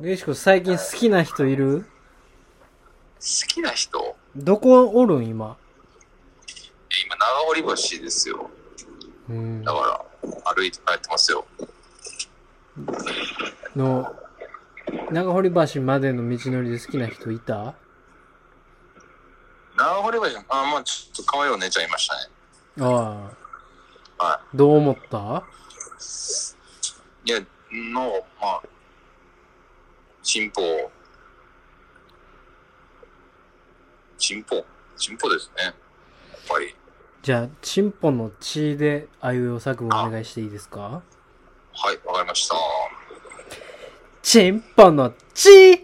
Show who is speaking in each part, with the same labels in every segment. Speaker 1: レシコ最近好きな人いる
Speaker 2: 好きな人
Speaker 1: どこおるん今。
Speaker 2: 今、長堀橋ですよ。
Speaker 1: うん
Speaker 2: だ。から、歩いて帰ってますよ。
Speaker 1: の、長堀橋までの道のりで好きな人いた
Speaker 2: 長堀橋、あ、まあちょっと可愛いお姉ちゃんいましたね。
Speaker 1: あ
Speaker 2: は
Speaker 1: あ。どう思った
Speaker 2: い。いや、の、まあ、進歩。進歩進歩ですね。やっぱり。
Speaker 1: じゃあ、チンポの血であいうえお作文お願いしていいですか
Speaker 2: はい、わかりました。
Speaker 1: チンポの血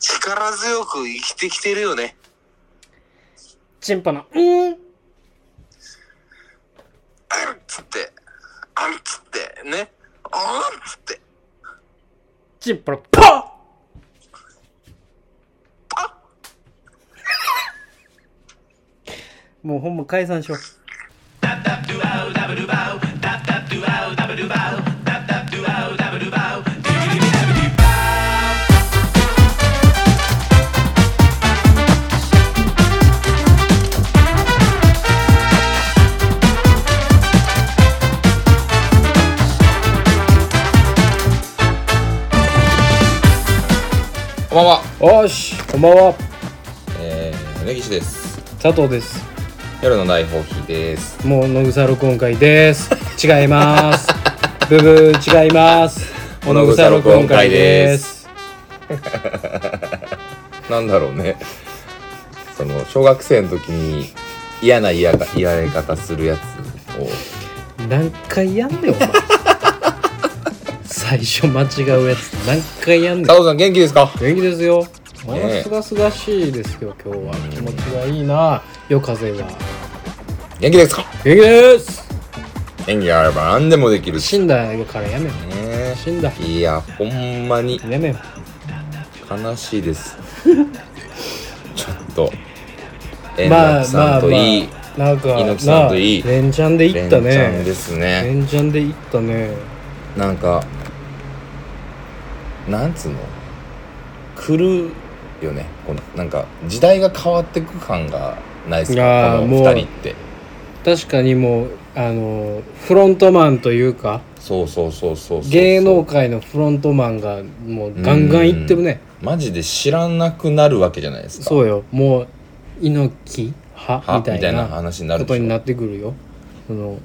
Speaker 2: 力強く生きてきてるよね。
Speaker 1: チンポの、うん
Speaker 2: あんつって、あんつって、ね。あんつって、
Speaker 1: チンポの、ポッ
Speaker 2: パ
Speaker 1: もうほんま解散しよう。
Speaker 3: こんばんは、
Speaker 4: よしこんばんは
Speaker 3: えー、根岸です。
Speaker 4: 佐藤です
Speaker 3: 夜の大放棄です。
Speaker 4: もう野草録音会です違いますブブー違います
Speaker 3: もう野草録音会ですなんだろうね。その、小学生の時に嫌な嫌が、嫌られ方するやつを、
Speaker 4: 何回やんねんお前最初間違うやつ何回やんねん
Speaker 3: 佐藤さん元気ですか
Speaker 4: 元気ですよも
Speaker 3: ねえ
Speaker 4: のすがすがしいですよ今日は気持ちがいいな夜風は
Speaker 3: 元気ですか
Speaker 4: 元気です
Speaker 3: 演技あれば何でもできるし。
Speaker 4: 死んだからやめん
Speaker 3: ね
Speaker 4: 死んだ
Speaker 3: いや、ほんまに
Speaker 4: やめん
Speaker 3: 悲しいです。ちょっと、円
Speaker 4: まあ
Speaker 3: 楽
Speaker 4: ま
Speaker 3: さ
Speaker 4: あ
Speaker 3: んといい、
Speaker 4: まあ、なんか
Speaker 3: 猪木さんといい
Speaker 4: なあ連チャンで行ったね
Speaker 3: 連チャンですね。
Speaker 4: 連チャンで行ったね
Speaker 3: なんかなんつうの来るよねこのなんか時代が変わってく感がないですか
Speaker 4: あー
Speaker 3: この
Speaker 4: もう
Speaker 3: 二人って
Speaker 4: 確かにもうあのフロントマンというか
Speaker 3: そうそうそうそうそう
Speaker 4: 芸能界のフロントマンがもうガンガンいってるね
Speaker 3: マジで知らなくなるわけじゃないですか
Speaker 4: そうよもう猪木派み
Speaker 3: はみた
Speaker 4: た
Speaker 3: い
Speaker 4: い
Speaker 3: な
Speaker 4: な
Speaker 3: 話にな
Speaker 4: こ
Speaker 3: るで
Speaker 4: と
Speaker 3: しょ
Speaker 4: になってくるよその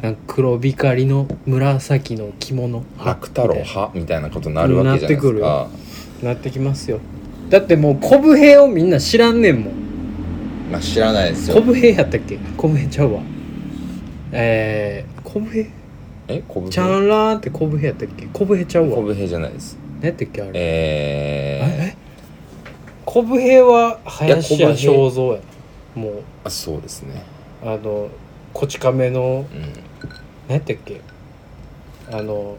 Speaker 4: なんか黒光りの紫の着物
Speaker 3: 楽太郎派みたいなことになるわけじゃないです
Speaker 4: な
Speaker 3: か
Speaker 4: なってきますよだってもうコブヘをみんな知らんねんもん
Speaker 3: まあ知らないです
Speaker 4: コ
Speaker 3: よ
Speaker 4: ブヘやったっけコブヘちゃうわえー、コブヘ
Speaker 3: えこぶ
Speaker 4: ちゃんらーってコブヘやったっけコブヘちゃう
Speaker 3: こ
Speaker 4: わ
Speaker 3: ぶへじゃないです
Speaker 4: 何やったっけあれ
Speaker 3: え
Speaker 4: えコブヘは林
Speaker 3: いや
Speaker 4: 家
Speaker 3: コブ
Speaker 4: 正
Speaker 3: ヘ
Speaker 4: 蔵やなもう
Speaker 3: ー、あそうですね
Speaker 4: あのこち亀の
Speaker 3: うん
Speaker 4: 何やったっけあの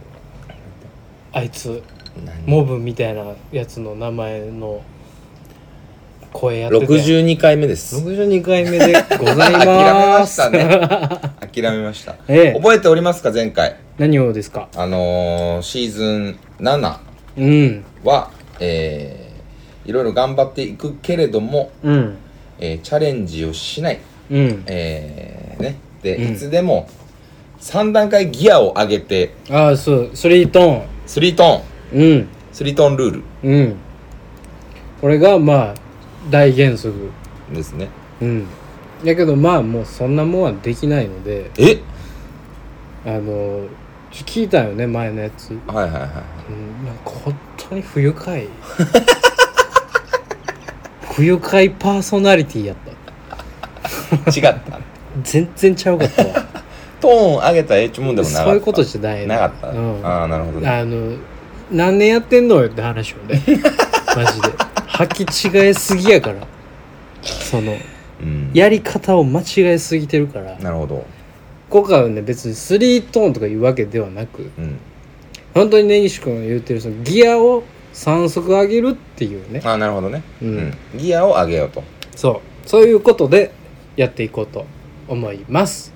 Speaker 4: あいつ
Speaker 3: 何
Speaker 4: モブみたいなやつの名前の声やってたやん
Speaker 3: 62回目です
Speaker 4: 62回目でござい
Speaker 3: 諦め
Speaker 4: ま
Speaker 3: まし
Speaker 4: す
Speaker 3: たね諦めました
Speaker 4: ええ
Speaker 3: 覚えておりますか前回
Speaker 4: 何をですか
Speaker 3: あのーシーズン7
Speaker 4: うん
Speaker 3: はえーいろいろ頑張っていくけれども、
Speaker 4: うん
Speaker 3: えーチャレンジをしない
Speaker 4: うん
Speaker 3: えーねで、
Speaker 4: うん
Speaker 3: いつでも3段階ギアを上げて
Speaker 4: ああそうスリート
Speaker 3: 3トーン
Speaker 4: ーンうん
Speaker 3: 3トーンルー
Speaker 4: うんこれがまあ大原則
Speaker 3: ルですね
Speaker 4: うんだけどまあもうそんなもんはできないので
Speaker 3: え
Speaker 4: あのちょ聞いたよね前のやつ、う
Speaker 3: はいはいは
Speaker 4: ん、
Speaker 3: い
Speaker 4: なんか本当に不愉 快不愉快パーソナリティやった
Speaker 3: 違った
Speaker 4: 全然ちゃうかったわ
Speaker 3: トーン上げたらええちゅうもんでもなかった
Speaker 4: そういうことじゃない
Speaker 3: なかった、
Speaker 4: うん、あ
Speaker 3: ああなるほどね
Speaker 4: の何年やってんのよって話を ねマジで履き違えすぎやからその
Speaker 3: うん
Speaker 4: やり方を間違えすぎてるから
Speaker 3: なるほど
Speaker 4: 今回はね別にスリートーンとかいうわけではなく、
Speaker 3: うん
Speaker 4: 本当に根岸君が言ってるそのギアを3速上げるっていうね
Speaker 3: ああなるほどね、
Speaker 4: うん
Speaker 3: うんギアを上げようと
Speaker 4: そうそういうことでやっていこうと思います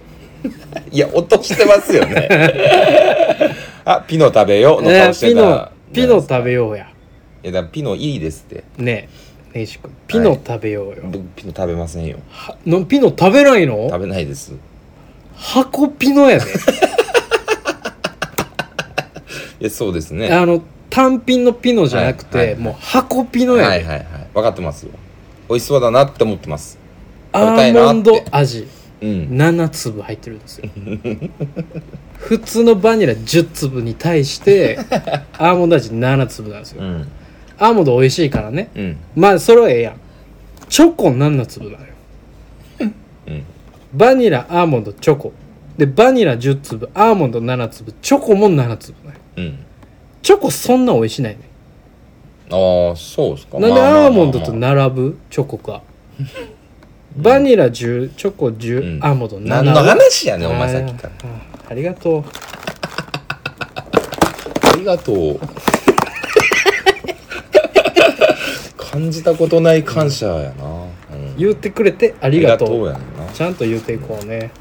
Speaker 3: いや落としてますよね あピノ食べようの
Speaker 4: え
Speaker 3: 顔
Speaker 4: ー
Speaker 3: して
Speaker 4: ピ
Speaker 3: た
Speaker 4: ノピノ食べ
Speaker 3: よ
Speaker 4: ようや
Speaker 3: ういやだからピノいいですって
Speaker 4: ねえ根岸君ピノ食べようよ、
Speaker 3: 僕ピノ食べませんよ
Speaker 4: はのピノ食べないの
Speaker 3: 食べないです
Speaker 4: 箱ピノやで、
Speaker 3: いやそうですね
Speaker 4: あの単品のピノじゃなくて、
Speaker 3: はいはいはい
Speaker 4: もう箱ピノや
Speaker 3: は
Speaker 4: で、
Speaker 3: いはいはい分かってますよ美味しそうだなって思ってます
Speaker 4: ア
Speaker 3: 食べたい
Speaker 4: ー
Speaker 3: なっ
Speaker 4: モ
Speaker 3: て
Speaker 4: ンド味
Speaker 3: うん
Speaker 4: 7粒入ってるんですよ 普通のバニラ10粒に対 してアーモンド味7粒なんですよ、
Speaker 3: うん
Speaker 4: アーモンド美味しいからね
Speaker 3: うん
Speaker 4: まあそれはええやんチョコ7粒なのよ
Speaker 3: うん
Speaker 4: バニラアーモンドチョコでバニラ10粒アーモンド7粒チョコも7粒なのよ
Speaker 3: うん
Speaker 4: チョコそんな美味しないね
Speaker 3: ああそうですか
Speaker 4: なんで
Speaker 3: まあまあまあまあ
Speaker 4: アーモンドと並ぶチョコかバニラ10チョコ10、
Speaker 3: うん
Speaker 4: アーモンド7
Speaker 3: 何の話やねんお前さっきから
Speaker 4: あーありがとう
Speaker 3: ありがとう感じたことない感謝やな、うん
Speaker 4: 言ってくれてありがとう
Speaker 3: ありがとうやんな
Speaker 4: ちゃんと言うていこうね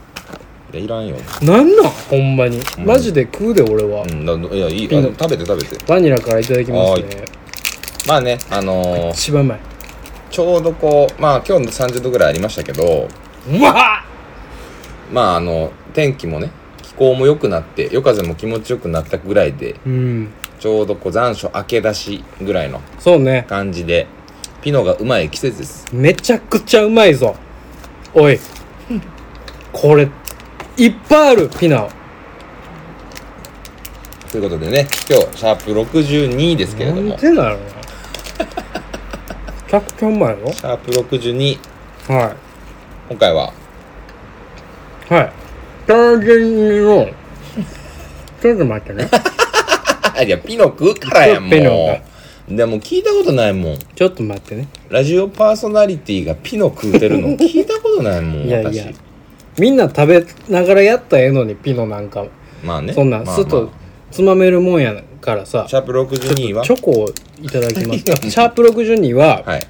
Speaker 3: いやいらんよ、
Speaker 4: なんなんほんまに
Speaker 3: ん
Speaker 4: マジで食うで俺は、
Speaker 3: うん、だいやいいあ
Speaker 4: ピノ
Speaker 3: 食べて食べて
Speaker 4: バニラからいただきま
Speaker 3: は
Speaker 4: す
Speaker 3: い
Speaker 4: ね
Speaker 3: まあねあのー
Speaker 4: 一番うまい
Speaker 3: ちょうどこうまあ今日30度ぐらいありましたけど
Speaker 4: うわ
Speaker 3: まああの天気もね気候も良くなって夜風も気持ちよくなったぐらいで
Speaker 4: うん
Speaker 3: ちょうどこう残暑明け出しぐらいの
Speaker 4: そうね
Speaker 3: 感じでピノがうまい季節です
Speaker 4: めちゃくちゃうまいぞおいこれいっぱいあるピナオ
Speaker 3: ということでね今日シャープ62ですけれ
Speaker 4: な
Speaker 3: ど
Speaker 4: ん
Speaker 3: も
Speaker 4: でなのめちゃくちゃうまいよ
Speaker 3: シャープ62
Speaker 4: は
Speaker 3: 今回はい
Speaker 4: はい単純のちょっと待ってね
Speaker 3: あいやピノ食うからやんもう
Speaker 4: ピノ
Speaker 3: でも聞いたことないもん
Speaker 4: ちょっと待ってね
Speaker 3: ラジオパーソナリティがピノ食うてる の聞いたことないもん
Speaker 4: いやいや
Speaker 3: 私
Speaker 4: みんな食べながらやったらええのにピノなんか
Speaker 3: まあね
Speaker 4: そんなん
Speaker 3: まあま
Speaker 4: す
Speaker 3: あ
Speaker 4: っとつまめるもんやからさ
Speaker 3: シャープ62は
Speaker 4: チョコをいただきますかシャープ62は、
Speaker 3: はい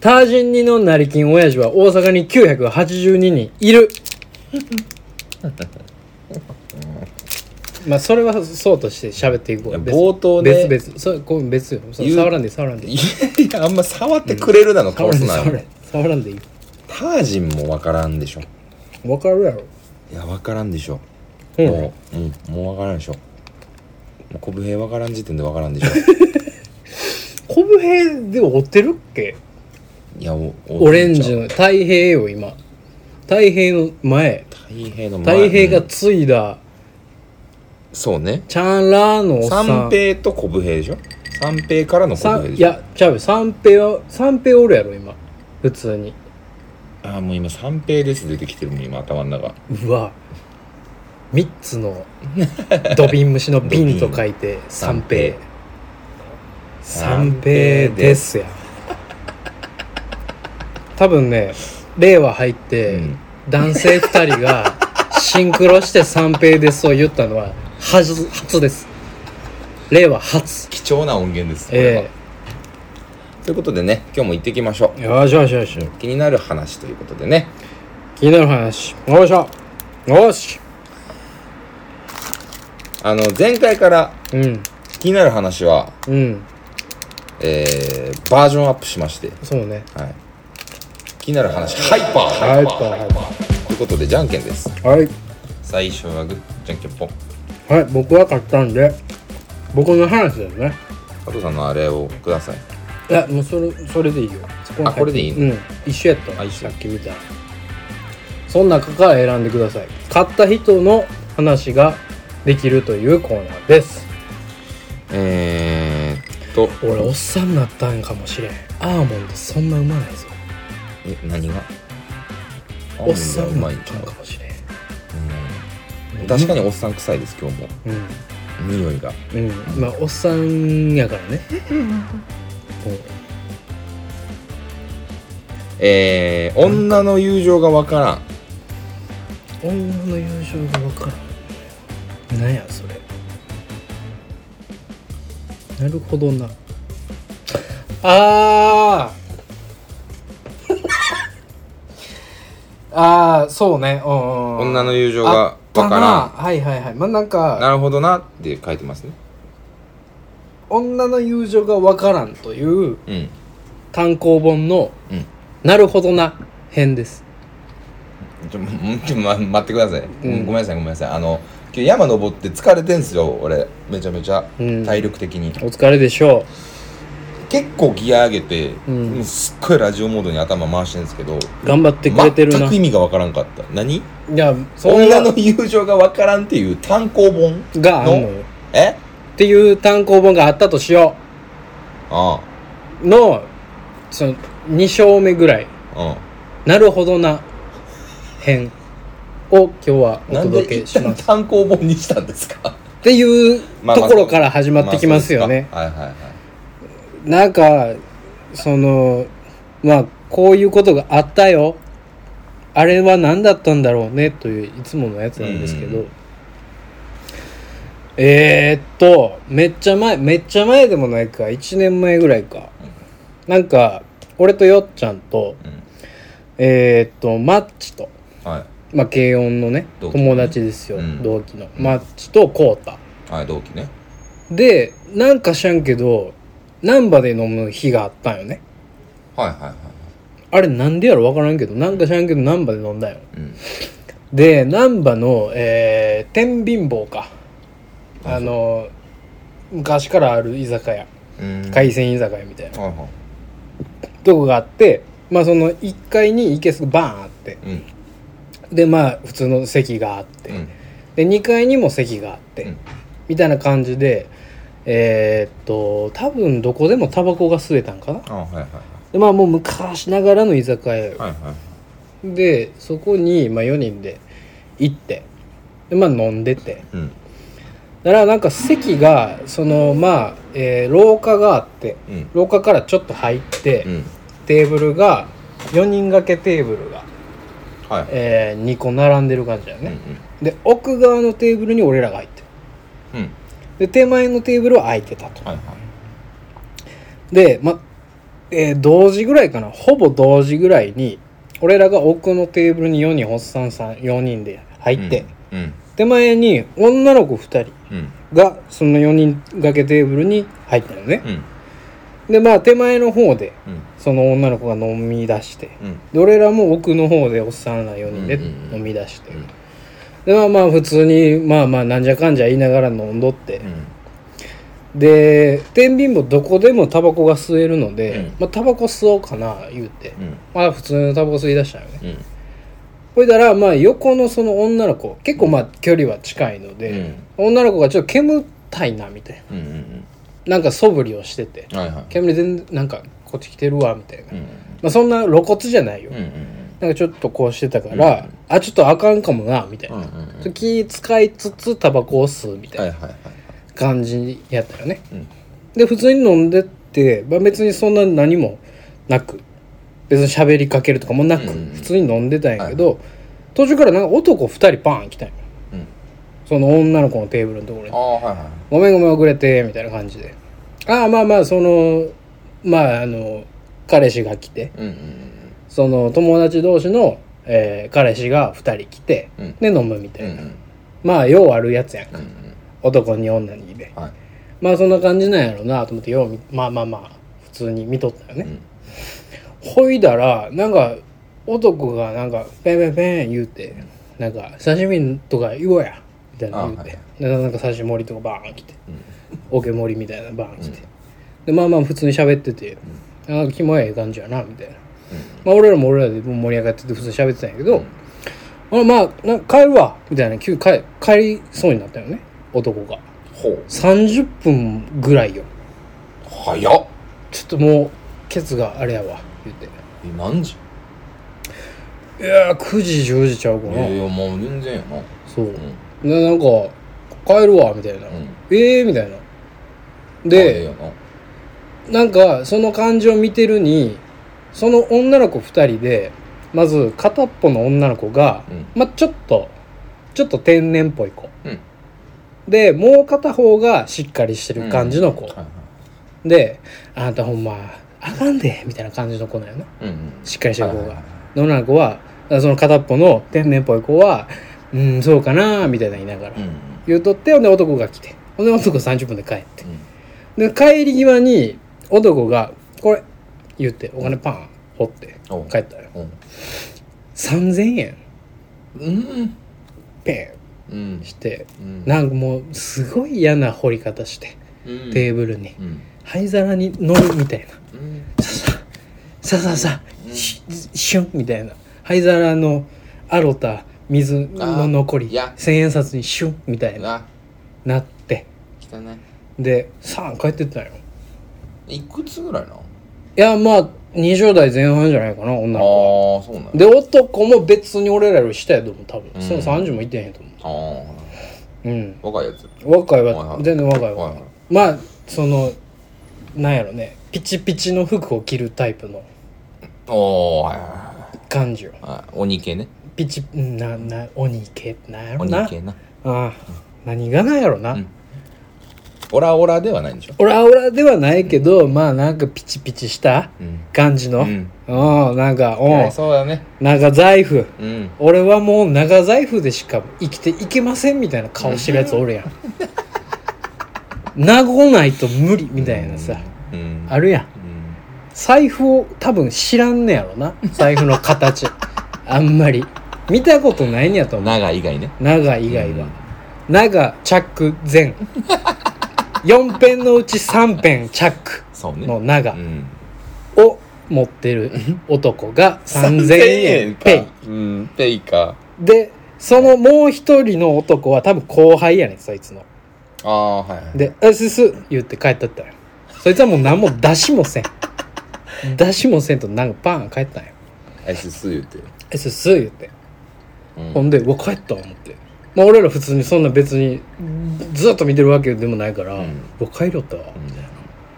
Speaker 4: タージン2の成金親父は大阪に982人い るまあそれはそうとして喋っていこ
Speaker 3: いや
Speaker 4: う
Speaker 3: 冒頭ね
Speaker 4: 別々そうこう別よそう
Speaker 3: 言う
Speaker 4: 触らんで触らんで
Speaker 3: いやいやあんま触ってくれるなの
Speaker 4: 触
Speaker 3: 顔
Speaker 4: らん
Speaker 3: す
Speaker 4: で
Speaker 3: なよ
Speaker 4: 触らんで触らんでいい
Speaker 3: タージンもわからんでしょ
Speaker 4: わかるやろ
Speaker 3: いやわからんでしょ
Speaker 4: うん
Speaker 3: もううんもうわからんでしょもうコブヘイわからん時点でわから んでしょ
Speaker 4: コブヘイで追ってるっけ
Speaker 3: いやおお
Speaker 4: オレンジの太平よ今太平の前
Speaker 3: 太平の前
Speaker 4: 太平がついだ、
Speaker 3: そうね
Speaker 4: チャンラーのおっさん
Speaker 3: 三平とコブヘイでしょ三平からのコブ
Speaker 4: さ
Speaker 3: ヘイで
Speaker 4: い
Speaker 3: しょ
Speaker 4: やちゃうよ三平は三平おるやろ今普通に
Speaker 3: ああもう今三平です出てきてるもん今頭の中
Speaker 4: うわ3つのドビン虫の瓶と書いて 三平三平
Speaker 3: 三平
Speaker 4: ですや多分ね令和入って、
Speaker 3: うん
Speaker 4: 男性2人がシンクロして三平ですを言ったのは初初です令和初
Speaker 3: 貴重な音源ですこれは
Speaker 4: え
Speaker 3: ということでね今日も行ってきましょ
Speaker 4: えよしよしよし
Speaker 3: う気になる話ということでね
Speaker 4: 気になる話よいしょよし
Speaker 3: あの前回から
Speaker 4: うん
Speaker 3: 気になる話は、
Speaker 4: うん
Speaker 3: えー、バージョンアップしまして、
Speaker 4: そうね
Speaker 3: はい、気になる話ハイパーハ
Speaker 4: ハ
Speaker 3: イ
Speaker 4: イ
Speaker 3: パ
Speaker 4: パ
Speaker 3: ー
Speaker 4: ー
Speaker 3: ハイパーということでじゃんけんです
Speaker 4: はい
Speaker 3: 最初はグーじゃんけんぽん
Speaker 4: はい僕は買ったんで僕の話だよね
Speaker 3: 加藤さんのあれをください
Speaker 4: いやもうそれそれでいいよそこに入って
Speaker 3: あこれでいいの
Speaker 4: うん一緒やった
Speaker 3: あ一緒
Speaker 4: さっき見たその中から選んでください買った人の話ができるというコーナーです
Speaker 3: えー、っと
Speaker 4: 俺おっさんになったんかもしれんアーモンドそんなうまないぞ
Speaker 3: え何が
Speaker 4: おっさん
Speaker 3: う
Speaker 4: にな
Speaker 3: ま
Speaker 4: っ
Speaker 3: いんち
Speaker 4: た
Speaker 3: ゃ
Speaker 4: ん
Speaker 3: う
Speaker 4: かもしれん
Speaker 3: うん確かにおっさん臭いです今日も
Speaker 4: うん
Speaker 3: 匂いが
Speaker 4: うんまあおっさんやからねこ
Speaker 3: えー、女の友情がわからん
Speaker 4: う女の友情が分からんなんやそれなるほどなあー あーそうねうんうんうん
Speaker 3: 女の友情がわ
Speaker 4: か
Speaker 3: から
Speaker 4: ら
Speaker 3: ん
Speaker 4: はいはいはいまあなんか
Speaker 3: なるほどなって書いてますね
Speaker 4: 女の友情がわからんという
Speaker 3: うん
Speaker 4: 単行本の、
Speaker 3: うん
Speaker 4: なるほどな編です
Speaker 3: ちょもうちょま待ってください、
Speaker 4: うん
Speaker 3: ごめんなさいごめんなさいあの今日山登って疲れてんすよ俺めちゃめちゃ、
Speaker 4: うん
Speaker 3: 体力的に
Speaker 4: お疲れでしょ
Speaker 3: 結構ギア上げて、
Speaker 4: うん
Speaker 3: もうすっごいラジオモードに頭回してるんですけど
Speaker 4: う頑張ってくれてるな、
Speaker 3: 全く意味がわからんかった何
Speaker 4: いやそん
Speaker 3: 女
Speaker 4: な
Speaker 3: の
Speaker 4: の
Speaker 3: 友情がわからんっていう単行本
Speaker 4: があんのよ
Speaker 3: え
Speaker 4: っていう単行本があったとしよ
Speaker 3: あ
Speaker 4: うのその2章目ぐらい
Speaker 3: あ
Speaker 4: なるほどな編を今日は
Speaker 3: うん
Speaker 4: お
Speaker 3: なんで
Speaker 4: 届け
Speaker 3: 一
Speaker 4: し
Speaker 3: 旦
Speaker 4: ます
Speaker 3: 単行本にしたんですか
Speaker 4: っていう
Speaker 3: まあ
Speaker 4: ところから始まってきますよね、
Speaker 3: まあそうですかはいはいはい
Speaker 4: なんかそのまあこういうことがあったよあれは何だったんだろうねといういつものやつなんですけど、
Speaker 3: うん
Speaker 4: えー、っとめっちゃ前めっちゃ前でもないか1年前ぐらいか、なんか俺とよっちゃんとえー、っとマッチと、
Speaker 3: うんはい
Speaker 4: まあ、軽音のね
Speaker 3: 同期
Speaker 4: 友達ですよ、
Speaker 3: うん
Speaker 4: 同期のマッチとコータ
Speaker 3: はい同期ね
Speaker 4: でなんか知らんけど難波で飲む日があったんよね
Speaker 3: はいはいはい
Speaker 4: あれなんでやろ分からんけどなんか知らんけど難波で飲んだよ
Speaker 3: うん
Speaker 4: で難波の、えー、天秤坊かあの昔からある居酒屋
Speaker 3: うん
Speaker 4: 海鮮居酒屋みたいな
Speaker 3: はいは
Speaker 4: とこがあってまあその1階にいけすバーンあって
Speaker 3: いうん
Speaker 4: でまあ普通の席があって、
Speaker 3: うん
Speaker 4: で2階にも席があって、
Speaker 3: うん
Speaker 4: みたいな感じでえーっと多分どこでもタバコが吸えたんかな
Speaker 3: あはいはい
Speaker 4: でまあもう昔ながらの居酒屋よ
Speaker 3: はいはいはい
Speaker 4: でそこに、まあ、4人で行ってで、まあ、飲んでて
Speaker 3: うん
Speaker 4: だからなんか席がそのまあ、えー廊下があって
Speaker 3: うん
Speaker 4: 廊下からちょっと入って、
Speaker 3: うん
Speaker 4: テーブルが4人掛けテーブルが、
Speaker 3: はい
Speaker 4: え2個並んでる感じだよ
Speaker 3: うん
Speaker 4: ね、で奥側のテーブルに俺らが入ってる
Speaker 3: うんうん
Speaker 4: で手前のテーブルは空いてたと
Speaker 3: はいはい
Speaker 4: で、まえー同時ぐらいかなほぼ同時ぐらいに俺らが奥のテーブルに4人おっさんさん4人で入って、
Speaker 3: うん
Speaker 4: 手前に女の子2人
Speaker 3: うん
Speaker 4: がその4人掛けテーブルに入ったのね
Speaker 3: う、ん
Speaker 4: でまあ手前の方で
Speaker 3: うん
Speaker 4: その女の子が飲み出して
Speaker 3: うん
Speaker 4: で俺らも奥の方でおっさんら4人で
Speaker 3: うんうんうん
Speaker 4: 飲み出して、
Speaker 3: うん
Speaker 4: でまあまあ普通にまあまあなんじゃかんじゃ言いながら飲んどって
Speaker 3: う、ん
Speaker 4: で天秤もどこでもタバコが吸えるので、
Speaker 3: うん
Speaker 4: まあタバコ吸おうかな言うて、
Speaker 3: うん
Speaker 4: まあ普通のタバコ吸い出したよね
Speaker 3: うん
Speaker 4: ほいだらまあ横のその女の子結構まあ距離は近いの
Speaker 3: う
Speaker 4: で、
Speaker 3: ん
Speaker 4: 女の子がちょっと煙たいなみたいな
Speaker 3: うんうん
Speaker 4: なんか素振りをしてて
Speaker 3: うんはいはい
Speaker 4: 煙全然なんかこっち来てるわみたいな、
Speaker 3: うん
Speaker 4: まあそんな露骨じゃないよ、
Speaker 3: うんうん
Speaker 4: なんかちょっとこうしてたから、あちょっとあかんかもなみたいな、
Speaker 3: うんうん
Speaker 4: ちょっと気使いつつタバコを吸うみた
Speaker 3: はいい
Speaker 4: な
Speaker 3: はいはい
Speaker 4: 感じやったよね、
Speaker 3: うん
Speaker 4: で普通に飲んでって、まあ、別にそんな何もなく別に喋りかけるとかもなく、
Speaker 3: うん
Speaker 4: 普通に飲んでたんやけど、途中からなんか男2人パーン来たんよ
Speaker 3: うん
Speaker 4: その女の子のテーブルのところに
Speaker 3: ああはいはい
Speaker 4: ごめんごめん遅れてみたいな感じでああまあまあそのまああの彼氏が来て
Speaker 3: うん
Speaker 4: その友達同士の、えー彼氏が2人来て、
Speaker 3: うん
Speaker 4: で飲むみた
Speaker 3: うんう
Speaker 4: い
Speaker 3: ん
Speaker 4: な、まあようあるやつやんか、
Speaker 3: うんうん
Speaker 4: 男に女にで
Speaker 3: はい
Speaker 4: まあそんな感じなんやろうなと思ってよう見まあまあまあ普通に見とったよ
Speaker 3: う
Speaker 4: ね、
Speaker 3: ん
Speaker 4: ほいだらなんか男がなんかペンペンペン言うてなんか刺身とか言おうやみたいなの言うて、でなんか刺身盛りとかバーン来てオケ盛りみたいなのバーン来て、でまあまあ普通に喋ってて、なんかキモい感じやなみたいな、まあ俺らも俺らで盛り上がってて普通に喋ってたんやけど、あまあなんか帰るわみたいな急に帰帰りそうになったよね男が
Speaker 3: ほう
Speaker 4: 30分ぐらいよ
Speaker 3: 早っ
Speaker 4: ちょっともうケツがあれやわ言って
Speaker 3: え何時
Speaker 4: いやー9時10時ちゃうか
Speaker 3: い
Speaker 4: な、
Speaker 3: やいやもう全然やな
Speaker 4: そう
Speaker 3: うん
Speaker 4: ななんか帰るわみたいな、
Speaker 3: うん
Speaker 4: ええー、みたいな
Speaker 3: あええ
Speaker 4: で
Speaker 3: やな
Speaker 4: なんかその感じを見てるにその女の子2人でまず片っぽの女の子が、
Speaker 3: うん
Speaker 4: まあちょっとちょっと天然っぽい子、
Speaker 3: うん
Speaker 4: でもう片方がしっかりしてる感じの子、
Speaker 3: はいは
Speaker 4: で「あんたほんまあかんで」みたいな感じの子なんよない
Speaker 3: うんうん
Speaker 4: しっかりしてる子
Speaker 3: はいは
Speaker 4: が。女の子は、その片っぽの天然っぽい子は、うんそうかなみたいな言いながら、
Speaker 3: うん
Speaker 4: 言うとってほんで男が来てほんで男30分で帰って
Speaker 3: うん
Speaker 4: で帰り際に男が「これ」言ってお金パン掘って
Speaker 3: おう
Speaker 4: 帰ったよ
Speaker 3: うん
Speaker 4: 3000円
Speaker 3: うん
Speaker 4: ペ
Speaker 3: うん
Speaker 4: ンして
Speaker 3: うん
Speaker 4: なんかもうすごい嫌な掘り方して
Speaker 3: うん
Speaker 4: テーブルに
Speaker 3: うん
Speaker 4: 灰皿に乗るみたいな
Speaker 3: うん
Speaker 4: さあさあさ
Speaker 3: うん
Speaker 4: あししゅんみたいな灰皿のあろた水の残
Speaker 3: あ
Speaker 4: り
Speaker 3: いや
Speaker 4: 千円札にシュンみたいな
Speaker 3: あ
Speaker 4: なって
Speaker 3: 汚
Speaker 4: でさあ帰ってったよ
Speaker 3: いいくつぐらいなあ
Speaker 4: いやまあ20代前半じゃないかな女の
Speaker 3: あ
Speaker 4: 子は
Speaker 3: ーそうなんや
Speaker 4: で男も別に俺らより下やと思う多分、
Speaker 3: うん
Speaker 4: その30もいってへんと思
Speaker 3: あ
Speaker 4: う
Speaker 3: あ
Speaker 4: うん
Speaker 3: 若いやつ
Speaker 4: 若い
Speaker 3: はい
Speaker 4: は
Speaker 3: はい
Speaker 4: 全然若い
Speaker 3: はい
Speaker 4: わ
Speaker 3: はい
Speaker 4: まあそのなんやろねピチピチの服を着るタイプの
Speaker 3: おーはいは
Speaker 4: 感じよ
Speaker 3: いはい鬼系ね
Speaker 4: ピチうんなな鬼系なんやろ
Speaker 3: 鬼
Speaker 4: な
Speaker 3: 系な
Speaker 4: ああ何がなんやろな、
Speaker 3: うんオラオラではないんでしょ
Speaker 4: 俺は俺ではないけど、まあなんかピチピチした
Speaker 3: うん
Speaker 4: 感じの、
Speaker 3: う
Speaker 4: うんん、なんか
Speaker 3: は
Speaker 4: う
Speaker 3: い
Speaker 4: ん
Speaker 3: そうだね
Speaker 4: 長財布
Speaker 3: うん
Speaker 4: 俺はもう長財布でしか生きていけませんみたいな顔してるやつおるやん名ごないと無理みたいなさ
Speaker 3: うん
Speaker 4: あるやん
Speaker 3: うん
Speaker 4: 財布を多分知らんねやろな財布の形あんまり見たことないんやと思う
Speaker 3: 長以外ね
Speaker 4: 長以外は長チャック全4ペンのうち3ペンチャック
Speaker 3: そうね
Speaker 4: の長
Speaker 3: うん
Speaker 4: を持ってる男が3000
Speaker 3: 3000
Speaker 4: 円
Speaker 3: か
Speaker 4: ペ
Speaker 3: うんペイか
Speaker 4: イでそのもう一人の男は多分後輩やねんそいつの
Speaker 3: ああはいはい
Speaker 4: で「あすす」言って帰ったったよそいつはもう何も出しもせん出しもせんとなんかパーン帰ったんよ
Speaker 3: アイススー言って
Speaker 4: 「あすす」言って
Speaker 3: うん
Speaker 4: ほんで「うわ帰った」思ってまあ俺ら普通にそんな別にずっと見てるわけでもないから「
Speaker 3: う
Speaker 4: うんわ帰りよったわ」みたいな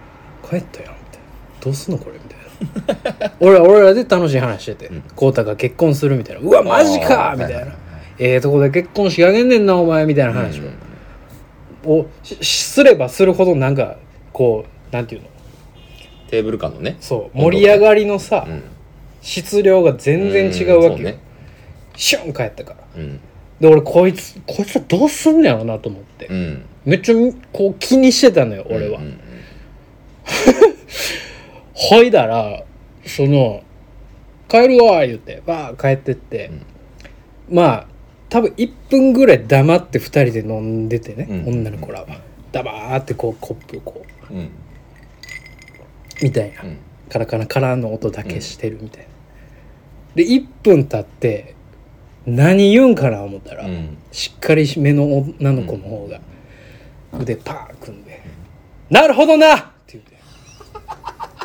Speaker 4: 「帰ったやん」みたいな「どうすんのこれ」みたいな俺ら俺らで楽しい話してて
Speaker 3: うん
Speaker 4: 浩太、が結婚するみたいな「うわマジか!」みたいな
Speaker 3: あーははは
Speaker 4: 「ええとこで結婚しあげんねんなお前」みたいな話を、をししすればするほどなんかこうなんていうの
Speaker 3: テーブル感のね
Speaker 4: そう盛り上がりのさ、
Speaker 3: うん
Speaker 4: 質量が全然違うわけよ、
Speaker 3: ん
Speaker 4: シュン帰ったから
Speaker 3: そうね
Speaker 4: で俺こいつこいつはどうすんねやろなと思って、
Speaker 3: うんうん
Speaker 4: めっちゃこう気にしてたのよ俺は、
Speaker 3: うんうん
Speaker 4: ほいだらその「帰るわ」言ってバー帰ってって、まあ多分1分ぐらい黙って2人で飲んでてね、
Speaker 3: うん
Speaker 4: 女の子らはダバーってこうコップをこう
Speaker 3: うん
Speaker 4: みたいな、
Speaker 3: うん
Speaker 4: カラカラカラの音だけしてるみたいな、で1分経って何言うんかな思ったら、
Speaker 3: うん
Speaker 4: しっかり目の女の子の方が腕パーン組んで「なるほどな!」って言ってっ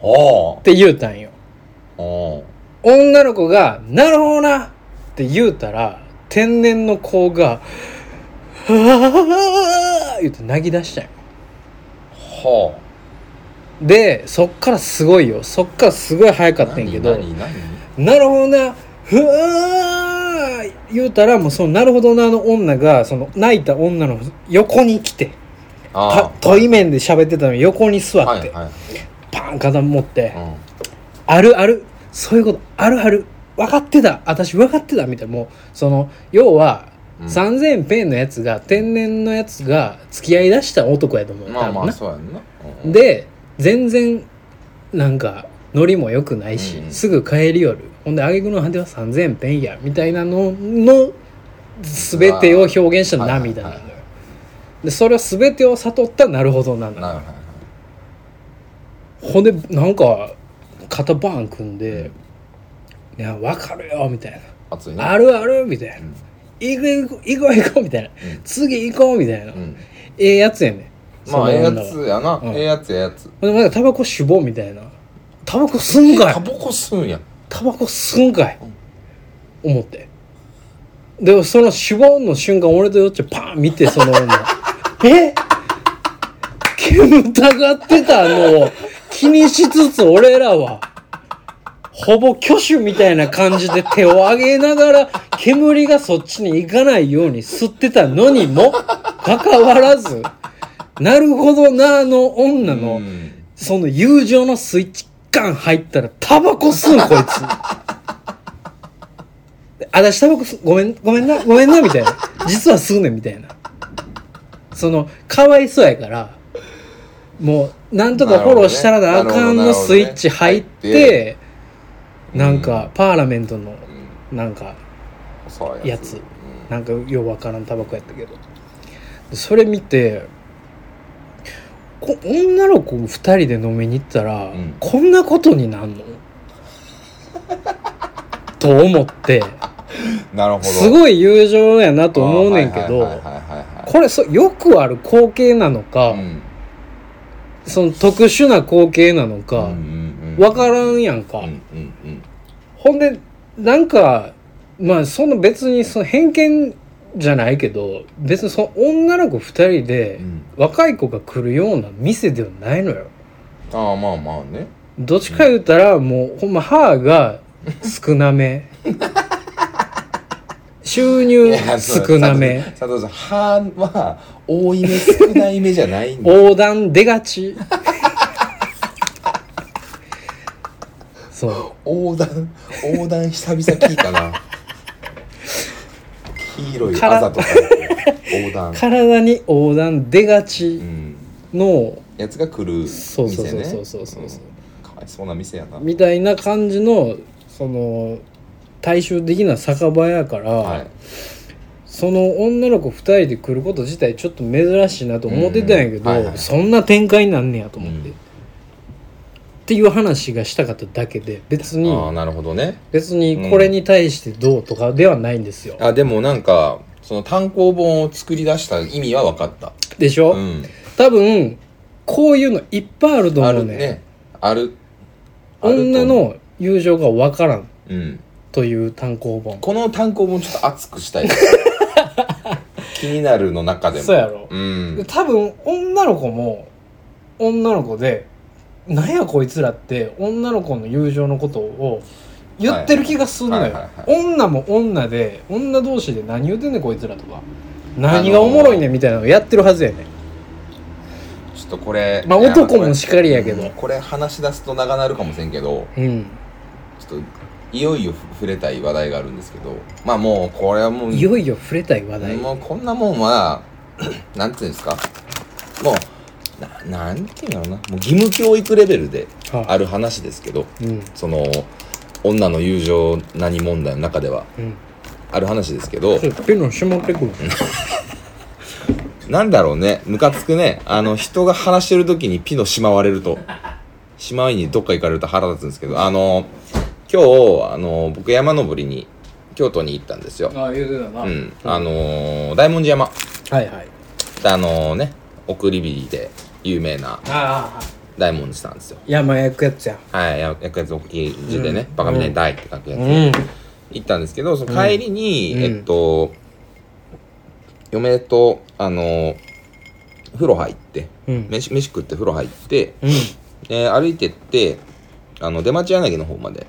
Speaker 3: おー
Speaker 4: て言うたんよ
Speaker 3: おー
Speaker 4: 女の子が「なるほどな!」って言うたら天然の子が「はあ!」言って泣き出したんよ
Speaker 3: は
Speaker 4: でそっからすごいよそっからすごい早か
Speaker 3: あ
Speaker 4: ったんやけど
Speaker 3: 何何
Speaker 4: なるほどな、ふわー言うたら、もうそのなるほどなの女が、その泣いた女の横に来て、
Speaker 3: あ
Speaker 4: た
Speaker 3: ー
Speaker 4: 対面で喋ってたのに横に座って、
Speaker 3: はいはい
Speaker 4: パン肩持って、
Speaker 3: うん
Speaker 4: あるある、そういうこと、あるある、分かってた、私分かってた、みたいな、もう、その、要は、
Speaker 3: うん
Speaker 4: 3000ペンのやつが、天然のやつが付き合いだした男やと思う。
Speaker 3: まあ
Speaker 4: 多分
Speaker 3: ま
Speaker 4: な
Speaker 3: あそうやんなうん
Speaker 4: で全然なんかノリも良くないし、
Speaker 3: うん
Speaker 4: すぐ帰りよるほんで挙句の果ては3000ペンやみたいなのの全てを表現した涙なのよ、
Speaker 3: はいはい
Speaker 4: でそれは全てを悟ったなるほどなの
Speaker 3: なるほどはい
Speaker 4: ほんでなんか肩バーン組んで「いや分かるよ」みたい
Speaker 3: 熱いね
Speaker 4: な「あるある」みたいな
Speaker 3: うん
Speaker 4: 「行く行く行こう行こう」みたいな
Speaker 3: うん
Speaker 4: 「次行こう」みたいな、
Speaker 3: うん
Speaker 4: ええやつやねん
Speaker 3: まあええ
Speaker 4: その女
Speaker 3: や
Speaker 4: は
Speaker 3: つやな
Speaker 4: うん
Speaker 3: ええやつええやつ
Speaker 4: ほんでなんかタバコしぼみたいなタバコすんかい
Speaker 3: タバコ吸うんや
Speaker 4: タバコ吸うんかい、思ってでその死亡の瞬間俺とよっちゃパーン見てその女 え煙たがってたのを気にしつつ俺らはほぼ挙手みたいな感じで手を上げながら煙がそっちに行かないように吸ってたのにもかかわらずなるほどなあの女の、
Speaker 3: うん
Speaker 4: その 友情のスイッチ感入ったらタバコ吸うこいつ私タバコ吸ごめん、ごめんな、ごめんな、みたいな。実は吸うねん、みたいな。その、かわいそうやから、もう、なんとかフォローしたらなあかん
Speaker 3: なるほどねなる
Speaker 4: の
Speaker 3: ほど
Speaker 4: ス
Speaker 3: ね
Speaker 4: イッチ入っ
Speaker 3: 入
Speaker 4: て、なんか、パーラメントの、なんか、
Speaker 3: そう
Speaker 4: やつなんかようわからんタバコやったけどそれ見てこ女の子2人で飲みに行ったら、
Speaker 3: うん
Speaker 4: こんなことになんの と思って
Speaker 3: なるほど
Speaker 4: す
Speaker 3: い
Speaker 4: ごい友情やなと思うねんけど
Speaker 3: はいはいはいはい
Speaker 4: これそよくある光景なのか、
Speaker 3: はいうん
Speaker 4: その特殊な光景なのか、
Speaker 3: うんうんうん
Speaker 4: わからんやんか、
Speaker 3: うんうんうん
Speaker 4: ほんでなんかまあその別にその偏見じゃないけど別にその女の子2人で
Speaker 3: うん
Speaker 4: 若い子が来るような店ではないのよ
Speaker 3: ああまあまあね
Speaker 4: どっちか言ったらもうほんま母が少な め収
Speaker 3: い
Speaker 4: 入
Speaker 3: やそう
Speaker 4: 少なめ
Speaker 3: 佐藤さん歯は多い目少ない目じゃない んだ
Speaker 4: 横断出が ちそう
Speaker 3: 横断横断久々聞いたな 黄色いあざとか横 断
Speaker 4: 体に横断出がち
Speaker 3: うん
Speaker 4: の
Speaker 3: やつが来る店
Speaker 4: そう
Speaker 3: ね
Speaker 4: そうそうそうそうそうそうん
Speaker 3: かわいそうな店やな
Speaker 4: みたいな感じのその大衆的な酒場やから、
Speaker 3: はい
Speaker 4: その女の子2人で来ること自体ちょっと珍しいなと思ってたんやけど、
Speaker 3: うんはいはい
Speaker 4: そんな展開になんねやと思って、
Speaker 3: うん
Speaker 4: っていう話がしたかっただけで別に
Speaker 3: ああなるほどね
Speaker 4: 別にこれに対してどうとかではないんですよ、
Speaker 3: あでもなんかその単行本を作り出した意味は分かった
Speaker 4: でしょ、
Speaker 3: うん
Speaker 4: 多分こういうのいっぱいあると
Speaker 3: あ
Speaker 4: 思う
Speaker 3: る
Speaker 4: ね
Speaker 3: ねあるあると
Speaker 4: 女の友情がわからん
Speaker 3: うん
Speaker 4: という単行本
Speaker 3: この単行本ちょっと熱くし たい気になるの中でも
Speaker 4: そうやろ
Speaker 3: うん
Speaker 4: 多分女の子も女の子で「なんやこいつら」って女の子の友情のことを言ってる気がすんのよ、
Speaker 3: はいはいはいは
Speaker 4: 女も女で女同士で「何言うてんねんこいつら」とか「何がおもろいねん」みたいなのやってるはずやね
Speaker 3: ちょっとこれ
Speaker 4: まあ
Speaker 3: いや
Speaker 4: 男も
Speaker 3: これ
Speaker 4: しかりやけど
Speaker 3: うんこれ話し出すと長なるかもしれんけど
Speaker 4: うん
Speaker 3: ちょっといよいよ触れたい話題があるんですけどまあもうこれはもう
Speaker 4: いよいよ触れたい話題
Speaker 3: もうこんなもんは なんていうんですかもうななんていうんだろうなもう義務教育レベルであ
Speaker 4: は
Speaker 3: る話ですけど
Speaker 4: いうん
Speaker 3: その女の友情何問題の中では
Speaker 4: うん
Speaker 3: ある話ですけど
Speaker 4: ちょっとペロンしまってくる
Speaker 3: なんだろうねムカつくねあの人が話してる時にピのしまわれるとしまいにどっか行かれると腹立つんですけどあの今日あの僕山登りに京都に行ったんですよ、
Speaker 4: ああ言うてたな
Speaker 3: うん、あの大文字山
Speaker 4: はいはい
Speaker 3: あのね送り火で有名な
Speaker 4: ああ
Speaker 3: 大文字さんですよ
Speaker 4: 山焼くやつや
Speaker 3: はいや役やつ大きい字でね、
Speaker 4: うん
Speaker 3: バカみたいに大って書くやつ、
Speaker 4: うん
Speaker 3: 行ったんですけどその帰りに、
Speaker 4: うん
Speaker 3: えっと嫁とあの風呂入って
Speaker 4: うん
Speaker 3: 飯飯食って風呂入って
Speaker 4: うん
Speaker 3: で歩いてってあの出町柳の方まで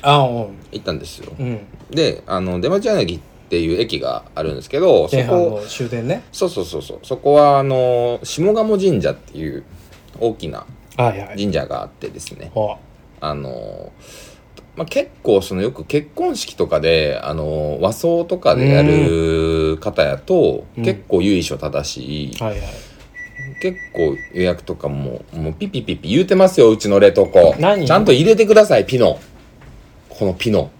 Speaker 4: ああうん
Speaker 3: 行ったんですよ
Speaker 4: うん
Speaker 3: であの出町柳っていう駅があるんですけどそ
Speaker 4: 前半
Speaker 3: こ
Speaker 4: の終電ね
Speaker 3: そうそうそうそうそこはあの下鴨神社っていう大きな
Speaker 4: はいはい
Speaker 3: 神社があってですね
Speaker 4: は
Speaker 3: あの、まあ、結構そのよく結婚式とかであの和装とかでやる方やと、
Speaker 4: うん
Speaker 3: 結構由緒正しい、
Speaker 4: いはい
Speaker 3: 結構予約とかももうピピピピ言うてますようちの冷凍庫
Speaker 4: 何
Speaker 3: ちゃんと入れてくださいピノこのピノ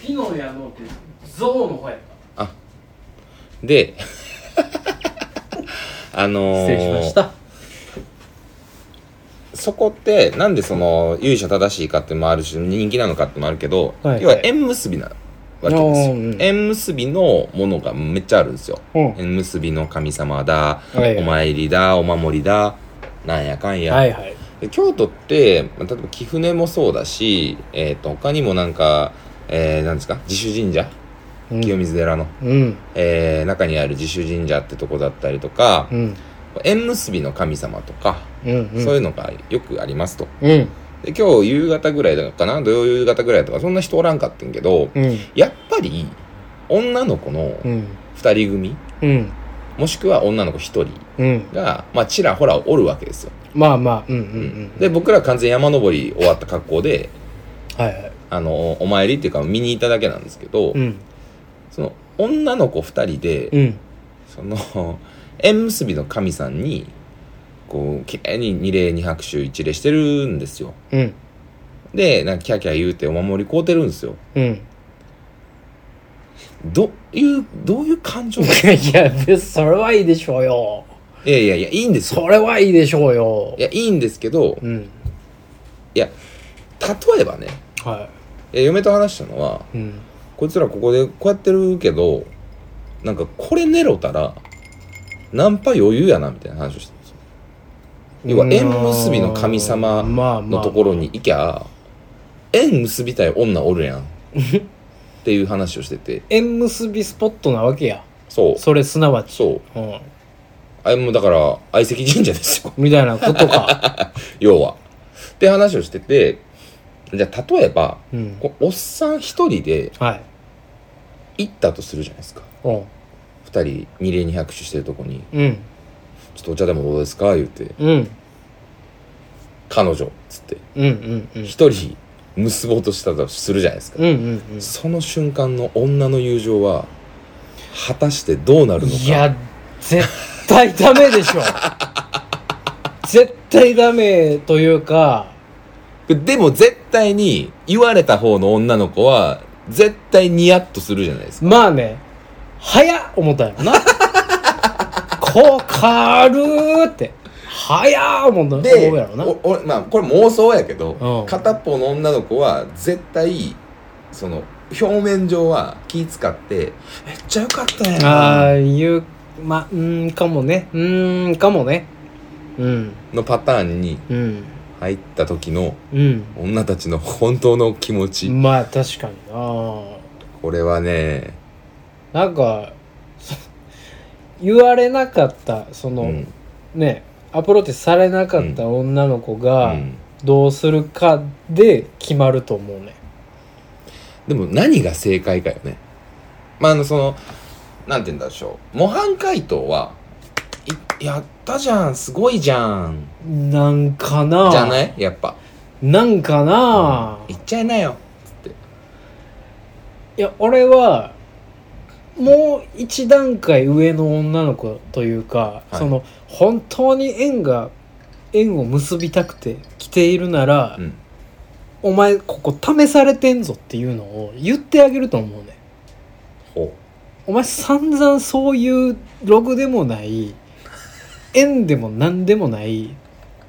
Speaker 4: ピノやのってゾウの方やっ
Speaker 3: であの
Speaker 4: 失
Speaker 3: ー
Speaker 4: 礼しました
Speaker 3: そこってなんでその由緒正しいかってもあるし人気なのかってもあるけど、
Speaker 4: はいはい
Speaker 3: 要は縁結びなわけですよ、
Speaker 4: おーうん
Speaker 3: 縁結びのものがめっちゃあるんですよ
Speaker 4: うん
Speaker 3: 縁結びの神様だ、
Speaker 4: はいはい
Speaker 3: お参りだお守りだなんやかんや、
Speaker 4: はいはい
Speaker 3: で京都ってまあ例えば貴船もそうだし、えー、と他にもなんか、えー、なんですか自主神社
Speaker 4: うん
Speaker 3: 清水寺の、
Speaker 4: うん
Speaker 3: えー中にある自主神社ってとこだったりとか、
Speaker 4: うん
Speaker 3: 縁結びの神様とか、
Speaker 4: うんうん
Speaker 3: そういうのがよくありますと。
Speaker 4: うん
Speaker 3: で今日夕方ぐらいだったかな土曜夕方ぐらいだとかそんな人おらんかったんけど、
Speaker 4: うん
Speaker 3: やっぱり女の子の
Speaker 4: うん
Speaker 3: 2人組、
Speaker 4: うん
Speaker 3: もしくは女の子1人
Speaker 4: うん
Speaker 3: が、まあ、ちらほらおるわけですよ、
Speaker 4: まあまあうんうんうん
Speaker 3: で僕ら完全に山登り終わった格好で
Speaker 4: はいはい
Speaker 3: あのお参りっていうか見に行っただけなんですけど、
Speaker 4: うん
Speaker 3: その女の子2人で、
Speaker 4: うん
Speaker 3: その 縁結びの神さんにこう綺麗に二礼二拍手一礼してるんですよ
Speaker 4: うん
Speaker 3: でなんかキャーキャー言うてお守り買うてるんですよ
Speaker 4: うん
Speaker 3: どういうどういう 感情い
Speaker 4: いや別にそれはいいでしょうよ
Speaker 3: やいやいやいいんで すよ
Speaker 4: それはいいでしょうよ
Speaker 3: いやいいんですけど
Speaker 4: うん
Speaker 3: いや例えばね
Speaker 4: はい
Speaker 3: や嫁と話したのは
Speaker 4: いうん
Speaker 3: こいつらここでこうやってるけどなんかこれ寝ろたらナンパ余裕やなみたいな話をしてたんですよ要は縁結びの神様のところに行きゃ縁結びたい女おるやんっていう話をしてて
Speaker 4: 縁結びスポットなわけや
Speaker 3: そう
Speaker 4: それすなわち、
Speaker 3: そう
Speaker 4: うん、
Speaker 3: あれもだから相席神社ですよ
Speaker 4: みたいなことか
Speaker 3: 要はって話をしててじゃあ例えば
Speaker 4: うん
Speaker 3: こうおっさん一人で
Speaker 4: はい
Speaker 3: 行ったとするじゃないですか
Speaker 4: お
Speaker 3: 二人二礼二拍手してるとこに
Speaker 4: うん
Speaker 3: 「ちょっとお茶でもどうですか?」言うて
Speaker 4: うん
Speaker 3: 「彼女」っつって
Speaker 4: うんうんうん
Speaker 3: 一人結ぼうとしたとするじゃないですか
Speaker 4: うんうんうん
Speaker 3: その瞬間の女の友情は果たしてどうなるのか
Speaker 4: いや絶対ダメ でしょ絶対ダメというか
Speaker 3: でも絶対に言われた方の女の子は絶対ニヤッとするじゃないですか
Speaker 4: まあね早っ思ったんやなこう軽ーって早っ思った
Speaker 3: で
Speaker 4: 思うやろな
Speaker 3: お俺まあこれ妄想やけど、
Speaker 4: うん
Speaker 3: 片方の女の子は絶対その表面上は気使ってめっちゃ良かった
Speaker 4: あ
Speaker 3: や
Speaker 4: あいうまあうーんかもねうーんかもねうん
Speaker 3: んのパターンに
Speaker 4: うん
Speaker 3: 入った時の
Speaker 4: うん
Speaker 3: 女たちの本当の気持ち、
Speaker 4: まあ確かにな
Speaker 3: これはね
Speaker 4: なんかそ言われなかったその、
Speaker 3: うん
Speaker 4: ねアプローチされなかった女の子が
Speaker 3: うん
Speaker 4: どうするかで決まると思うね
Speaker 3: でも何が正解かよね。まあ、あの、その、なんて言うんだでしょう。模範解答は、いやったじゃん、すごいじゃん。
Speaker 4: なんかな
Speaker 3: じゃないやっぱ。
Speaker 4: なんかな、
Speaker 3: 言っちゃいなよ。
Speaker 4: いや俺はもう一段階上の女の子というか、
Speaker 3: はい
Speaker 4: その本当に縁が縁を結びたくて来ているなら、
Speaker 3: うん。
Speaker 4: お前ここ試されてんぞっていうのを言ってあげると思うね
Speaker 3: ほ
Speaker 4: お前散々そういうログでもない縁でも何でもない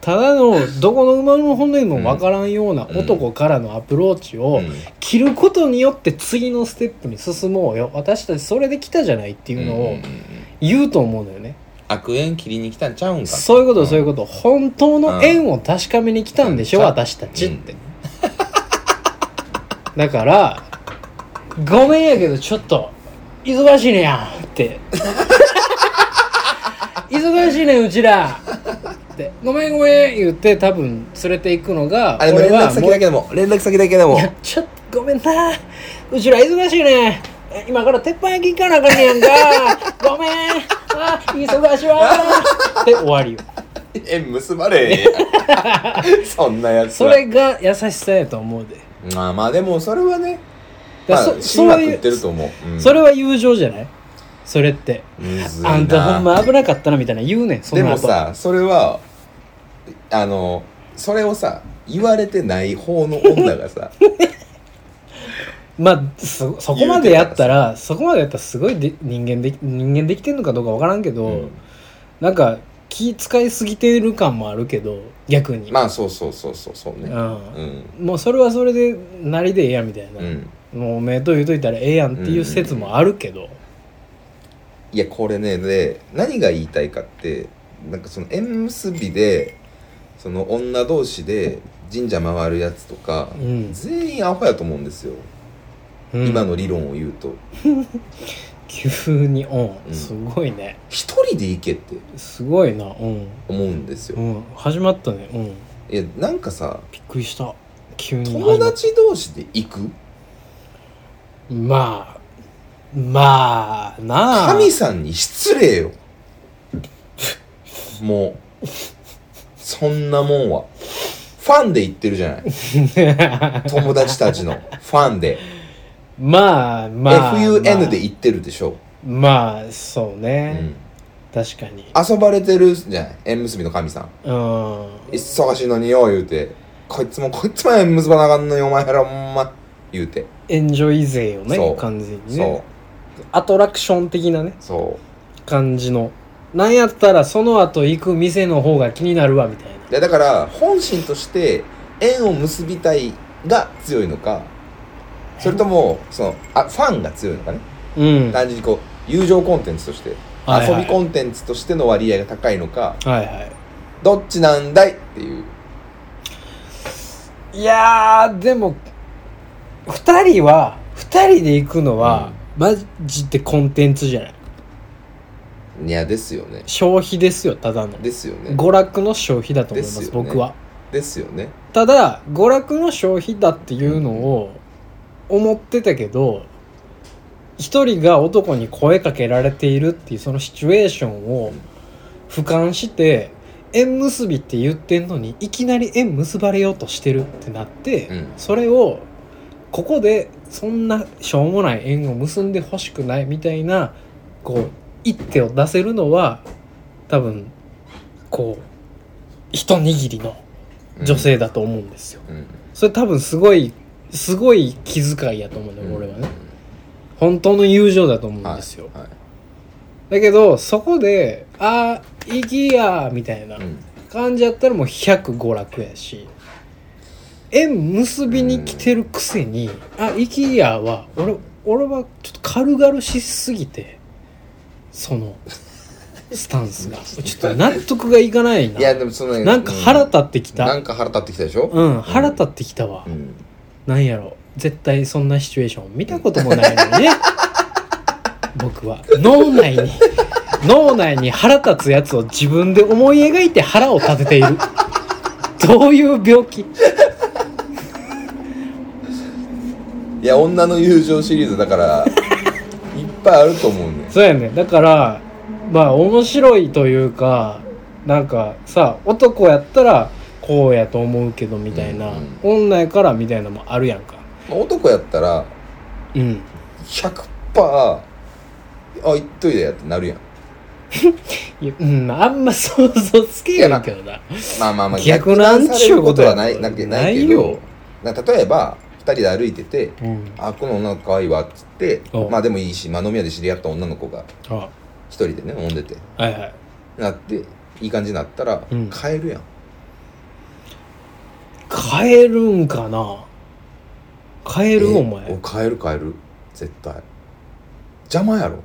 Speaker 4: ただのどこの馬の骨もわからんような男からのアプローチを、
Speaker 3: う。うん
Speaker 4: 着ることによって次のステップに進もうよ私たちそれで来たじゃないっていうの
Speaker 3: う
Speaker 4: を
Speaker 3: んうんうん
Speaker 4: 言うと思うんだよね、
Speaker 3: 悪縁切りに来たんちゃうんか。
Speaker 4: そういうことそういう
Speaker 3: こ
Speaker 4: こと本当の縁を確かめに来たんでしょ、
Speaker 3: うん
Speaker 4: 私たちって、 だからごめんやけどちょっと忙しいねやって 忙しいねんうちらってごめんごめん言って多分連れて行くのが
Speaker 3: あ、でも連
Speaker 4: 俺は
Speaker 3: 絡先だけでも、連絡先だけでも
Speaker 4: い。やちょっとごめんなうちら忙しいね今から鉄板焼き行かなあかんねやんかごめんあ忙しいわで終わりよ
Speaker 3: 縁結ばれへんやん そんなやつ
Speaker 4: そ
Speaker 3: は。
Speaker 4: れが優しさやと思うで
Speaker 3: まあまあ、でもそれはね、
Speaker 4: だ
Speaker 3: ま
Speaker 4: からそ
Speaker 3: あ、芯は
Speaker 4: そう
Speaker 3: 食
Speaker 4: い
Speaker 3: ってる
Speaker 4: う
Speaker 3: と思う。うん
Speaker 4: それは友情じゃないそれって
Speaker 3: むずいな
Speaker 4: あんたほんま危なかったなみたいな言うねんそ
Speaker 3: で
Speaker 4: の
Speaker 3: も
Speaker 4: 後
Speaker 3: さそれはあのそれをさ言われてない方の女 がさ
Speaker 4: まあそそこまでやったらそこまでやったらすごいで人間で人間できてんのかどうかわからんけど、
Speaker 3: うん
Speaker 4: なんか気使いすぎてる感もあるけど逆に、
Speaker 3: まあそうそうそうそうそうね
Speaker 4: うん
Speaker 3: うん
Speaker 4: もうそれはそれでなりでええやんみたいな、
Speaker 3: うん
Speaker 4: もう目と言うといたらええやんっていう説もあるけど、
Speaker 3: いやこれねで何が言いたいかってなんかその縁結びでその女同士で神社回るやつとか、
Speaker 4: うん
Speaker 3: 全員アホやと思うんですよ、
Speaker 4: うん
Speaker 3: 今の理論を言うと
Speaker 4: 急にオ
Speaker 3: う
Speaker 4: ン
Speaker 3: ん
Speaker 4: すごいね
Speaker 3: 一人で行けって
Speaker 4: すごいなうん、
Speaker 3: 思うんですよ、
Speaker 4: うん、始まったねうん
Speaker 3: いやなんかさ
Speaker 4: びっくりした急に
Speaker 3: 友達同士で行
Speaker 4: 始
Speaker 3: く
Speaker 4: まったまあまあなあ
Speaker 3: 神さんに失礼よもうそんなもんはファンで行ってるじゃない 友達たちのファンで、
Speaker 4: まあまあ
Speaker 3: FUN で行ってるでしょ、
Speaker 4: まあ、まあ、そう
Speaker 3: う
Speaker 4: ね
Speaker 3: ん、、
Speaker 4: 確かに
Speaker 3: 遊ばれてるじゃない縁結びの神さん
Speaker 4: うん
Speaker 3: 忙しいのによ言うてこいつもこいつも縁結ばなあかんのにお前らほんま言うて
Speaker 4: エンジョイ勢よ
Speaker 3: そ
Speaker 4: ね
Speaker 3: う
Speaker 4: 完全に
Speaker 3: そう
Speaker 4: ねアトラクション的なね
Speaker 3: そ
Speaker 4: 感じのなんやったらその後行く店の方が気になるわみたいな
Speaker 3: うでだから本心として縁を結びたいが強いのかそれともそのあファンが強いのかね
Speaker 4: うんはい
Speaker 3: 単純にこう友情コンテンツとして
Speaker 4: はい
Speaker 3: 遊びコンテンツとしての割合が高いのか
Speaker 4: は
Speaker 3: どっちなんだいっていう
Speaker 4: いいやーでも2人は2人で行くのは、マジでコンテンツじゃない
Speaker 3: いやですよね
Speaker 4: 消費ですよただの
Speaker 3: ですよね
Speaker 4: 娯楽の消費だと思いま
Speaker 3: です
Speaker 4: す
Speaker 3: よね
Speaker 4: 僕は
Speaker 3: ですよね
Speaker 4: ただ娯楽の消費だっていうのを思ってたけど一人が男に声かけられているっていうそのシチュエーションを俯瞰して縁結びって言ってんのにいきなり縁結ばれようとしてるってなって、
Speaker 3: うん
Speaker 4: それをここでそんなしょうもない縁を結んでほしくないみたいなこう一手を出せるのは多分こう一握りの
Speaker 3: うん
Speaker 4: 女性だと思うんですよ、
Speaker 3: うん
Speaker 4: それ多分すごいすごい気遣いやと思うね、
Speaker 3: うん
Speaker 4: 俺はね本当の友情だと思うんですよ、
Speaker 3: はい
Speaker 4: だけどそこで「あー行きや」みたいな
Speaker 3: うん
Speaker 4: 感じやったらもう100娯楽やし縁結びに来てるくせに「あ行きや」は俺俺はちょっと軽々しすぎてそのスタンス がちょっと納得がいかないない
Speaker 3: やでもその
Speaker 4: なんか腹立ってきた、
Speaker 3: なんか腹立ってきたでしょ
Speaker 4: うん、腹立ってきたわ。
Speaker 3: うん
Speaker 4: なんやろ。絶対そんなシチュエーション見たこともないのにね。僕は脳内に、脳内に腹立つやつを自分で思い描いて腹を立てている。どういう病気
Speaker 3: いや女の友情シリーズだか らいっぱいあると思うね
Speaker 4: そうやね。だから、まあ面白いというか、なんかさ、男やったらこうやと思うけどみたいな、
Speaker 3: うん
Speaker 4: 女やからみたいなのもあるやんか。
Speaker 3: まあ男やったら
Speaker 4: うん。
Speaker 3: 100%あ行っといでやってなるやん
Speaker 4: いやうん、あんま想像つけやんけどな。
Speaker 3: まあまあまあ
Speaker 4: 逆なん
Speaker 3: 逆され
Speaker 4: ちゅ
Speaker 3: る
Speaker 4: う
Speaker 3: こ
Speaker 4: ことと
Speaker 3: は
Speaker 4: や
Speaker 3: ないなんかないけ
Speaker 4: ない
Speaker 3: ど
Speaker 4: よ
Speaker 3: なんか例えば2人で歩いてて
Speaker 4: うん
Speaker 3: 「あこの女の子可愛いわ」っつって
Speaker 4: お
Speaker 3: まあでもいいし、まあ、飲み屋で知り合った女の子が
Speaker 4: あ
Speaker 3: 1人でね飲んでて
Speaker 4: はいはい
Speaker 3: なっていい感じになったら
Speaker 4: うん
Speaker 3: 帰るやん、
Speaker 4: 変えるんかな変え
Speaker 3: え
Speaker 4: るお前
Speaker 3: 帰る帰る絶対邪魔やろ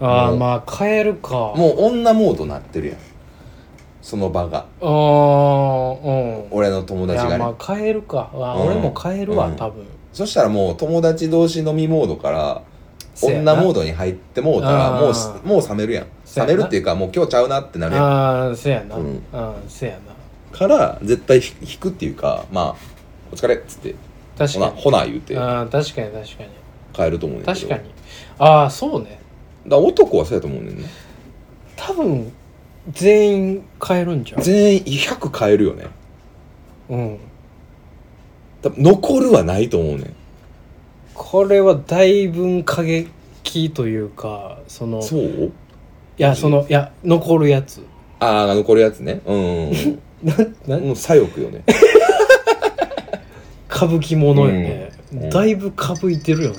Speaker 4: あ
Speaker 3: も
Speaker 4: あ
Speaker 3: う
Speaker 4: まあ変えるか
Speaker 3: もう女モードなってるやんその場が
Speaker 4: ああうん
Speaker 3: 俺の友達
Speaker 4: いや
Speaker 3: がね、
Speaker 4: まあ変えるかあー
Speaker 3: うん
Speaker 4: 俺も変えるわ
Speaker 3: うん
Speaker 4: 多分
Speaker 3: そしたらもう友達同士飲みモードから
Speaker 4: せやな
Speaker 3: 女モードに入ってもうたら
Speaker 4: あー
Speaker 3: もうしもう冷めるやん
Speaker 4: せ
Speaker 3: 冷
Speaker 4: やな
Speaker 3: めるっていうかもう今日ちゃうなってなるやん
Speaker 4: ああせやな
Speaker 3: う
Speaker 4: うんんせやな
Speaker 3: から絶対ひ引くっていうかまあお疲れっつって
Speaker 4: 確
Speaker 3: ほな
Speaker 4: か
Speaker 3: ほな言うて
Speaker 4: にああ確かに確かに
Speaker 3: 帰ると思うねんだけ
Speaker 4: 確
Speaker 3: ど
Speaker 4: かにああそうね
Speaker 3: だから男はそうやと思うねんね
Speaker 4: 多分全員変えるんじゃん
Speaker 3: 全員100変えるよね
Speaker 4: うん
Speaker 3: 多分残るはないと思うねん
Speaker 4: これはだいぶ過激というかその
Speaker 3: そう
Speaker 4: いやそのいや残るやつ
Speaker 3: ああ残るやつねうんうん
Speaker 4: な な
Speaker 3: うんもう左翼よね
Speaker 4: 歌舞伎ものよね、
Speaker 3: うん
Speaker 4: だいぶ歌舞いてるよね、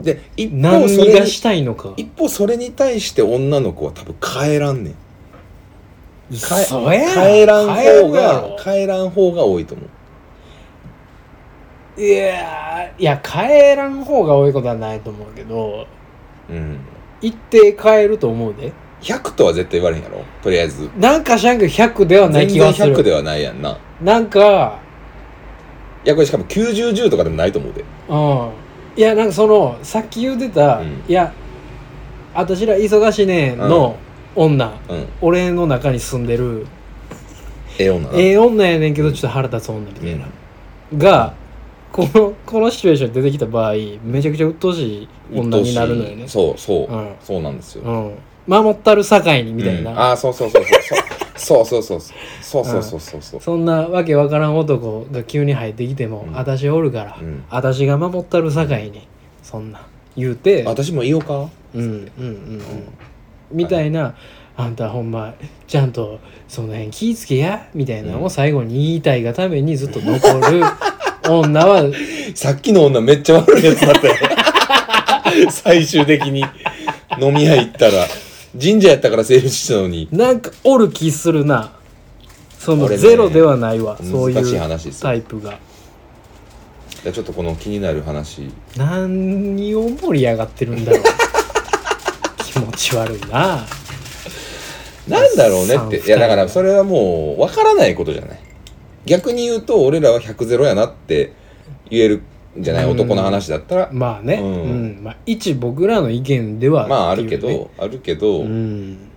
Speaker 3: で一方そ
Speaker 4: 何
Speaker 3: れ
Speaker 4: が
Speaker 3: に
Speaker 4: したいのか
Speaker 3: 一方それに対して女の子は多分帰らんねん
Speaker 4: 嘘や
Speaker 3: 帰らん方が
Speaker 4: 帰
Speaker 3: 帰らん方が多いと思う
Speaker 4: るいやーいや帰らん方が多いことはないと思うけど
Speaker 3: うん
Speaker 4: 一定帰ると思うで
Speaker 3: 100とは絶対言われへんやろとりあえず
Speaker 4: なんかしらんけど100ではない
Speaker 3: 全
Speaker 4: 気
Speaker 3: 然
Speaker 4: がす
Speaker 3: 100
Speaker 4: る
Speaker 3: ではないやんない
Speaker 4: なんか
Speaker 3: やこれしかも9010とかでもないと思うで
Speaker 4: うんいやなんかそのさっき言うてた「
Speaker 3: うん
Speaker 4: いや私ら忙しいねん」の女、
Speaker 3: うん
Speaker 4: 俺の中に住んでる
Speaker 3: ええ女な
Speaker 4: ええ女やねんけどちょっと腹立つ女みたいな、がこのこのシチュエーションに出てきた場合めちゃくちゃ鬱陶しい女になるのよね
Speaker 3: そうそう、
Speaker 4: うん
Speaker 3: そうなんですよ、
Speaker 4: うん守ったる境にみたいな、
Speaker 3: うんああそうそうそうそうそうそうそうそうそうそうそうそうそうそう
Speaker 4: そんなわけわからん男が急に入ってきても、
Speaker 3: うん
Speaker 4: 私おるから、
Speaker 3: うん
Speaker 4: 私が守ったる境にそんな言うて
Speaker 3: 私も言おうか
Speaker 4: うんうんうんうんみたいな、あんたほんまちゃんとその辺気ぃつけやみたいなのを最後に言いたいがためにずっと残る女は
Speaker 3: さっきの女めっちゃ悪いやつだったよ 最終的に飲み屋行ったら神社やったから成立したのに
Speaker 4: なんかおる気するなその
Speaker 3: 俺ね
Speaker 4: ゼロではないわ、そうい
Speaker 3: 難しいう話ですよ
Speaker 4: タイプが
Speaker 3: じゃあちょっとこの気になる話
Speaker 4: 何を盛り上がってるんだろう 気持ち悪いな
Speaker 3: なんだろうねって
Speaker 4: さん
Speaker 3: いやだからそれはもうわからないことじゃない逆に言うと俺らは100ゼロやなって言えるんじゃない
Speaker 4: うん
Speaker 3: 男の話だったら
Speaker 4: まあね、う
Speaker 3: うんん
Speaker 4: まあ、一僕らの意見では
Speaker 3: まああるけ
Speaker 4: っていうね
Speaker 3: どあるけど、
Speaker 4: うん、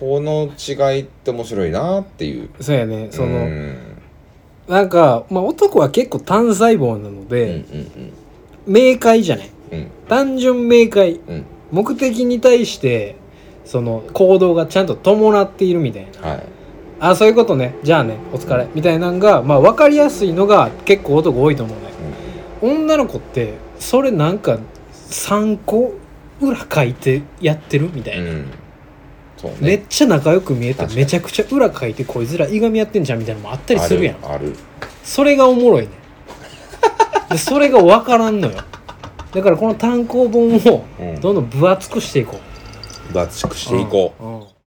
Speaker 3: この違いって面白いなっていう
Speaker 4: そうやねその、
Speaker 3: うん
Speaker 4: なんか、まあ、男は結構単細胞なの
Speaker 3: うんうん
Speaker 4: で、明快じゃない
Speaker 3: うんうん
Speaker 4: 単純明快
Speaker 3: うん
Speaker 4: 目的に対してその行動がちゃんと伴っているみたいな
Speaker 3: はい
Speaker 4: あそういうことねじゃあねお疲れみたいなのが、まあ、分かりやすいのが結構男多いと思うね女の子ってそれなんか3個裏書いてやってるみたい
Speaker 3: うん
Speaker 4: な、
Speaker 3: うんそうね
Speaker 4: めっちゃ仲良く見えて
Speaker 3: 確かに
Speaker 4: めちゃくちゃ裏書いてこいつらいがみ合ってんじゃんみたいなのもあったりするやん
Speaker 3: あるある
Speaker 4: それがおも ろいねでそれが分からんのよだからこの単行本を
Speaker 3: うん
Speaker 4: どんどん分厚くしていこ
Speaker 3: 分厚く
Speaker 4: う
Speaker 3: していこう
Speaker 4: うんうん